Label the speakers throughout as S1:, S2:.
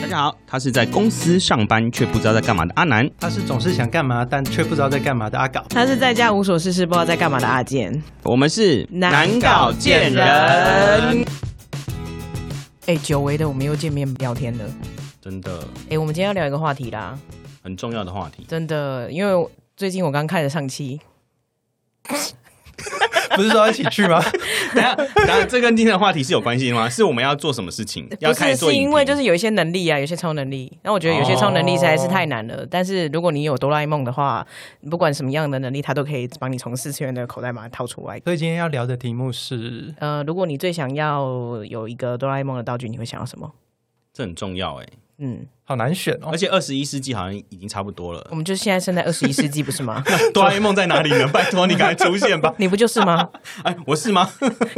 S1: 大家好，他是在公司上班却不知道在干嘛的阿南。
S2: 他是总是想干嘛，但却不知道在干嘛的阿搞。
S3: 他是在家无所事事，不知道在干嘛的阿健。
S1: 我们是
S3: 难搞贱人，哎、久违的我们又见面聊天了。
S1: 真的
S3: 哎、我们今天要聊一个话题啦，
S1: 很重要的话题。
S3: 真的，因为最近我刚看了上期，
S2: 不是说要一起去吗？
S1: 等一下，等一下，这跟今天的话题是有关系的吗？是我们要做什么事情？要
S3: 不
S1: 开
S3: 是
S1: 始做
S3: 是因为就是是有一些能力啊，有些超能力。那我觉得有些超能力实在是太难了。但是如果你有哆啦 A 梦的话，不管什么样的能力，他都可以帮你从四次元的口袋把它掏出来。
S2: 所以今天要聊的题目是，
S3: 呃，如果你最想要有一个哆啦 A 梦的道具，你会想要什么？
S1: 这很重要哎、
S3: 嗯，
S2: 好难选哦
S1: 而。且二十一世纪好像已经差不多了
S3: 我。们就现在生在二十一世纪，不是吗？
S1: 哆啦 A 梦在哪里呢？拜托你赶快出现吧！
S3: 你不就是吗？
S1: 哎，我是吗？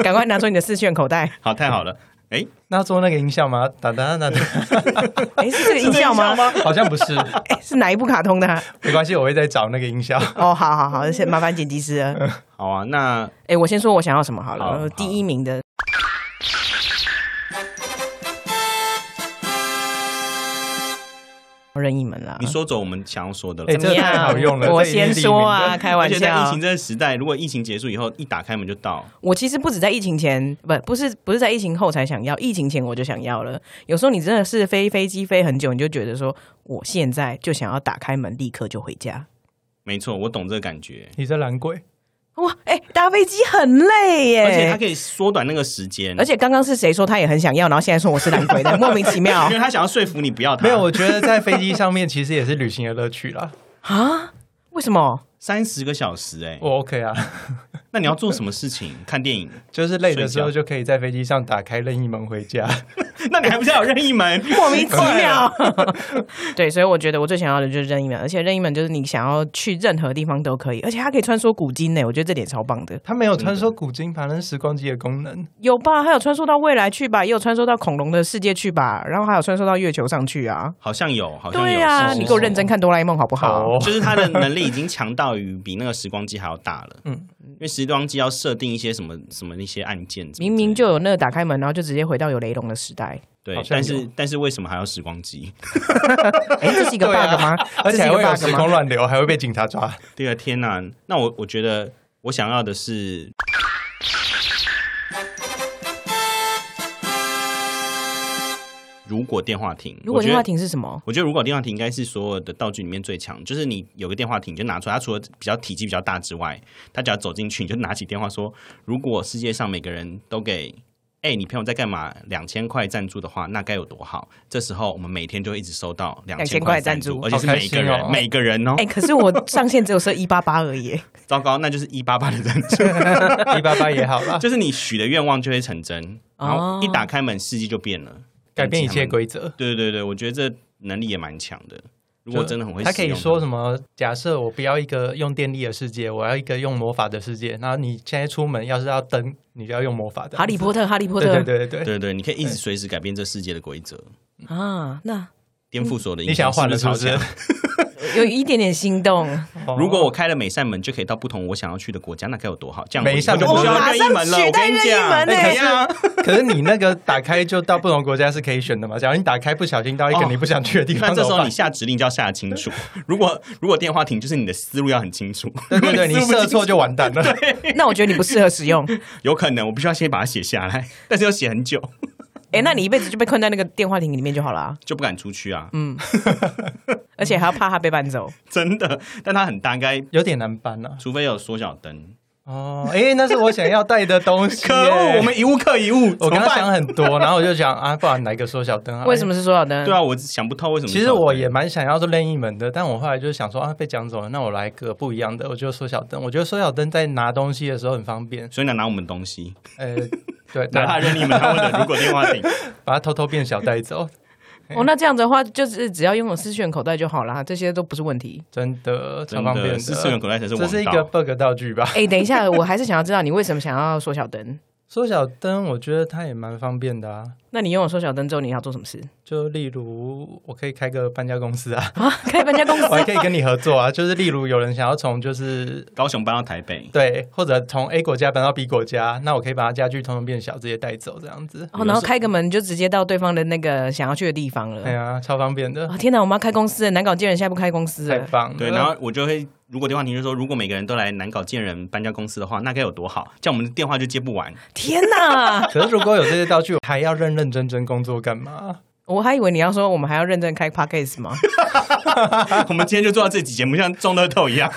S3: 赶快拿出你的四次元 口袋。
S1: 好，太好了。哎，
S2: 那要做那个音效 吗？哒哒哒哒，
S3: 哎、是这个音效吗？
S2: 好像不是，
S3: 哎、是哪一部卡通的、啊？
S2: 没关系，我会再找那个音效。
S3: 哦，好好好，先麻烦剪辑师了。
S1: 好啊，那
S3: 哎、我先说我想要什么好了。
S1: 好好
S3: 第一名的，任意门啦。
S1: 你说走我们想要说的了。
S2: 哎
S3: 怎么样
S2: 这太好用了
S3: 我
S2: 这已经是
S3: 先
S2: 第一名
S3: 说啊，开
S1: 而
S3: 玩
S1: 且在疫
S3: 笑
S1: 情。这个时代，如果疫情结束以后一打开门就到，
S3: 我其实不止在疫情前，不不是不是在疫情后才想要，疫情前我就想要了。有时候你真的是飞飞机飞很久，你就觉得说，我现在就想要打开门，立刻就回家。
S1: 没错，我懂这个感觉。
S2: 你这懒鬼，
S3: 哇，哎、搭飞机很累耶，
S1: 而且它可以缩短那个时间，
S3: 而且刚刚是谁说他也很想要，然后现在说我是懒 鬼的，莫名其妙
S1: 因为他想要说服你不要它。
S2: 没有，我觉得在飞机上面其实也是旅行的乐趣啦。
S3: 啊？为什么？
S1: 三十个小时哎、
S2: 我 OK 啊，
S1: 那你要做什么事情？看电 影？
S2: 就是累的时候
S1: 睡
S2: 就可以在飞机上打开任意门回 家。
S1: 那你还不是要有任意门？
S3: 莫名其妙。 对，所以我觉得我最想要的就是任意门，而且任意门就是你想要去任何地方都可以，而且它可以穿梭古今呢，我觉得这点超棒的。
S2: 它没有传说古今，反正时光机的功能。
S3: 有吧？还有穿梭到未来去吧，也有穿梭到恐龙的世界去吧，然后还有穿梭到月球上去啊。
S1: 好像有，好像有。
S3: 对啊，
S1: 是
S3: 你给我认真。看哆啦 A 梦好不好？
S2: 哦
S1: 就是他的能力已经强到于比那个时光机还要大了。嗯
S2: 嗯，
S1: 因为时光机要设定一些什么什么那些按键什么之类的，
S3: 明明就有那个打开门，然后就直接回到有雷龙的时代。
S1: 对
S2: 好，像
S1: 但
S2: 有
S1: 是但是为什么还要时光机？
S3: 哎，这是一个 bug
S2: 对啊
S3: 吗？
S2: 而
S3: 这
S2: 且
S3: 是
S2: 还
S3: 一个
S2: 会有时
S3: bug
S2: 空
S3: 吗？
S2: 乱流，还会被警察 抓。
S1: 对啊，天哪！那我我觉得我想要的是如果电话亭，
S3: 如果电话
S1: 我觉得
S3: 亭是什么？
S1: 我觉得如果电话亭应该是所有的道具里面最强，就是你有个电话亭，你就拿出来，它除了比较体积比较大之外，它只要走进去，你就拿起电话说：“如果世界上每个人都给哎、你朋友在干嘛？两千块赞助的话，那该有多好！”这时候我们每天就会一直收到两
S3: 2000
S1: 块
S3: 块
S1: 赞
S3: 赞
S1: 助
S3: 助，
S1: 而且是每个人、
S2: 好开心哦
S1: 每个人哦。
S3: 哎、可是我上限只有设一八八而已。
S1: 糟糕，那就是一八八的赞 助，
S2: 一八八也好 啦，
S1: 就是你许的愿望就会成真，
S2: 哦
S1: 然后一打开门，世界就变了，
S2: 改变一切规则。
S1: 对对对，我觉得这能力也蛮强的。如果真的很会使用
S2: 他
S1: 它，
S2: 可以说什么？假设我不要一个用电力的世界，我要一个用魔法的世界。然后你现在出门要是要灯，你就要用魔法的。
S3: 哈利波特，哈利波
S2: 对
S3: 特，
S2: 对对对对，
S1: 对对，你可以一直随时改变这世界的规则，
S3: 啊，那
S1: 颠覆所有的影
S2: 嗯你
S1: 响。
S2: 想要换了
S1: 是不
S2: 不
S1: 是超
S2: 是
S1: 强？？
S3: 有一点点心动。
S2: 哦
S1: 如果我开了每扇门，就可以到不同我想要去的国家，那该有多好！这样我
S2: 每一扇
S1: 我就
S2: 门
S1: 不
S2: 都
S1: 需
S2: 是
S1: 要任意门了。
S3: 马上
S1: 我
S3: 取代
S1: 跟你讲，
S3: 任意门
S1: 哎
S3: 欸
S1: 呀，
S2: 可是你那个打开就到不同国家是可以选的嘛？假如你打开不小心到一
S1: 哦
S2: 个你不想去的地
S1: 那
S2: 方，
S1: 这
S2: 怎
S1: 时
S2: 么
S1: 候你
S2: 办？
S1: 下指令就要下得清楚。 如果如果电话亭，就是你的思路要很清楚。
S2: 对对 对，你射错就完蛋了。
S3: 那我觉得你不适合使用。
S1: 有可能我必须要先把它写下来，但是要写很久，
S3: 哎、那你一辈子就被困在那个电话亭里面就好了啊、
S1: 就不敢出去啊！
S3: 而且还要怕它被搬走。
S1: 真的，但它很大，应该
S2: 有点难搬呐、
S1: 除非有缩小灯。
S2: 哦，哎，那是我想要带的东西 耶。
S1: 可恶， 我们一物克一物，怎么
S2: 我刚刚
S1: 办
S2: 想很多，然后我就想啊，不然来个缩小灯啊。
S3: 为什么是缩小灯？
S1: 对啊，我想不透为什么。
S2: 其实我也蛮想要做任意门的，但我后来就想说啊，被讲走了，那我来个不一样的，我就缩小灯。我觉得缩小灯在拿东西的时候很方便，
S1: 所以你拿我们东西，
S2: 呃， 对，
S1: 哪
S2: 对
S1: 怕任意门，他问的如果电话 亭，
S2: 把它偷偷变小带走，
S3: 哦，那这样子的话，就是只要拥有四次元口袋就好啦，这些都不是问题。
S2: 真的超
S1: 真
S2: 方便
S1: 的是四元口袋才是王
S2: 这
S1: 道。
S2: 是一个 bug 道具吧？
S3: 哎、等一下，我还是想要知道你为什么想要缩小灯。
S2: 缩小灯，我觉得它也蛮方便的啊。
S3: 那你用了缩小灯之后，你要做什么事？
S2: 就例如，我可以开个搬家公司啊，
S3: 啊，开搬家 公司
S2: 我还可以跟你合作啊。就是例如有人想要从就是
S1: 高雄搬到台北，
S2: 对，或者从 A 国家搬到 B 国家，那我可以把它家具通通变小，直接带走这样子。
S3: 哦，然后开个门就直接到对方的那个想要去的地方了
S2: 对。啊，超方便的，
S3: 啊、天哪，我们要开公司了，南港建人现在不开公司
S2: 太
S3: 了。
S2: 棒了。
S1: 对，然后我就会。如果电话亭就说，如果每个人都来南搞建人搬家公司的话，那该有多好！这样我们电话就接不 完。
S3: 天哪，
S2: 可是如果有这些道具，我还要认认真真工作 干嘛？
S3: 我还以为你要说我们还要认真开 podcast 吗？
S1: 我们今天就做到这集节目，像中乐透一 样。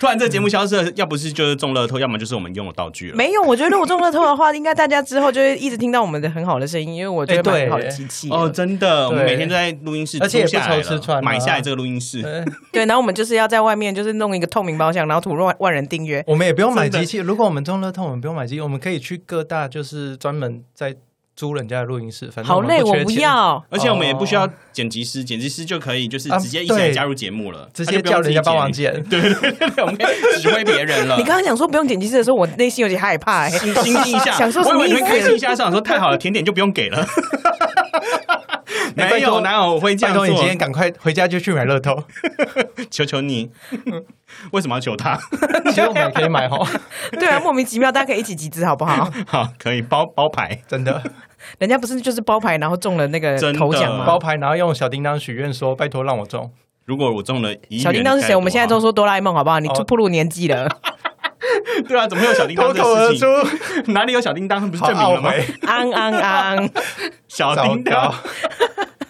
S1: 突然这节目消失了，要不是就是中乐透，要么就是我们用了道具了。
S3: 没有，我觉得如果中乐透的话，应该大家之后就会一直听到我们的很好的声音，因为我觉
S2: 哎
S3: 得
S2: 对
S3: 蛮好的机器的
S1: 哦，真的，我们
S2: 对
S1: 每天都在录音室
S2: 而且也
S1: 租下来
S2: 不愁吃穿
S1: 了，
S2: 啊
S1: 买下来这个录音室。
S2: 对
S3: 对，然后我们就是要在外面就是弄一个透明包厢，然后吐万万人订阅。
S2: 我们也不用买
S1: 真的
S2: 机器。如果我们中乐透，我们不用买机器，我们可以去各大就是专门在租人家的录音室。反正
S3: 好
S2: 们
S3: 累，我
S2: 缺
S3: 不
S2: 钱。
S3: 要。
S1: 而且我们也不需要剪辑师，剪辑师就可以就是
S2: 哦啊
S1: 直接一起来
S2: 对
S1: 加入节目了，
S2: 直
S1: 他就
S2: 接
S1: 不用
S2: 叫
S1: 自己
S2: 人家帮忙
S1: 剪，
S2: 剪，
S1: 对对对对，我们可以指挥别人了
S3: 你。刚刚讲说不用剪辑师的时候，我内心有点害怕、欸。
S1: 心心静一下，
S3: 想说什
S1: 我以
S3: 么
S1: 为
S3: 意
S1: 你会开心一
S3: 思？
S1: 下，想说太好了，甜点就不用 给了。
S2: 哎拜
S1: 没
S2: 托
S1: 有，哪有我会这
S2: 拜
S1: 样
S2: 托
S1: 做？
S2: 你今天赶快回家就去买 乐透，
S1: 求求你， 为什么要求他？
S2: 其实我们也可以买哦，
S3: 对啊，莫名其妙，大家可以一起集资好 不好？
S1: 好，可以包包牌，
S2: 真的
S3: 人家不是就是包牌，然后中了那个
S1: 真的
S3: 头奖
S1: 嗯
S3: 吗？
S2: 包牌，然后用小叮当许愿说拜托让我中，
S1: 如果我中了一元，
S3: 小叮当
S1: 该
S3: 是
S1: 有
S3: 谁？
S1: 多
S3: 我们现在都说哆啦 A 梦好不好？你
S2: 哦
S3: 就暴露年 纪了，
S1: 好 对啊，怎么会有小叮当
S2: 脱
S1: 这
S2: 口
S1: 个
S2: 而
S1: 事
S2: 出，
S1: 情？哪里有小叮当？不是
S2: 好
S1: 证明了
S2: 懊
S1: 吗？
S2: 悔，
S3: 昂昂昂！
S1: 小
S2: 糟
S1: 叮当
S2: 糕。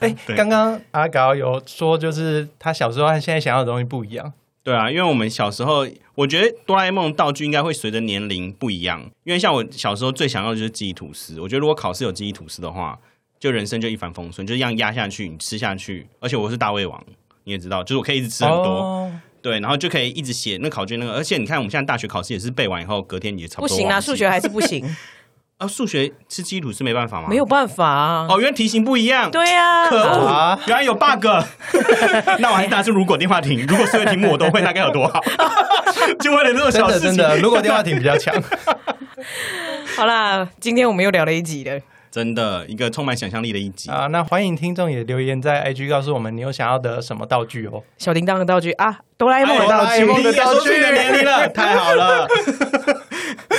S2: 哎
S1: 对，
S2: 刚刚阿搞有说，就是他小时候和现在想要的东西不一样，
S1: 对啊，因为我们小时候，我觉得哆啦 A 梦道具应该会随着年龄不一样。因为像我小时候最想要的就是记忆吐司，我觉得如果考试有记忆吐司的话，就人生就一帆风顺，就这样压下去，你吃下去。而且我是大胃王，你也知道，就是我可以一直吃很多，
S2: 哦
S1: 对，然后就可以一直写那考卷那个。而且你看，我们现在大学考试也是背完以后，隔天也差
S3: 不
S1: 不多
S3: 行啊，
S1: 忘记
S3: 数学还是不行，
S1: 啊，数学吃基础是没办法吗？
S3: 没有办法啊。
S1: 哦，原来题型不一样。
S3: 对啊，
S1: 可恶，
S2: 啊
S1: 原来有 bug。那我还是打出如果电话亭，如果所有题目我都会，大概有多 好？就为了这种
S2: 真
S1: 小
S2: 的
S1: 事情，
S2: 真的，如果电话亭比较强，
S3: 好啦，今天我们又聊了一集了。
S1: 真的一个充满想象力的一集。
S2: 啊，那欢迎听众也留言在 IG 告诉我们你有想要的什么道具哦。
S3: 小叮当的道具啊，哆啦 A 梦
S1: 哎
S3: 的
S1: 呦
S3: 道
S2: 哆啦 A
S3: 具，
S2: 梦
S1: 你
S2: 的
S1: 也说
S2: 道具
S1: 出你的年龄 了，太好了。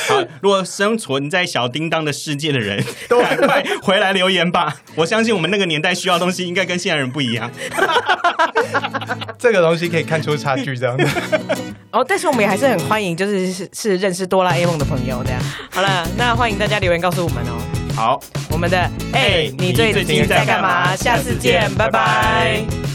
S1: 好，如果生存在小叮当的世界的人， 都赶快回来留言吧！我相信我们那个年代需要的东西，应该跟现在人不一样。
S2: 这个东西可以看出差距，这样子。
S3: 哦，但是我们也还是很欢迎，就是是是认识哆啦 A 梦的朋友这样。好了，那欢迎大家留言告诉我们哦。
S1: 好。
S3: 我们的哎、
S1: 哎
S3: 你最近在干嘛？下次见，拜拜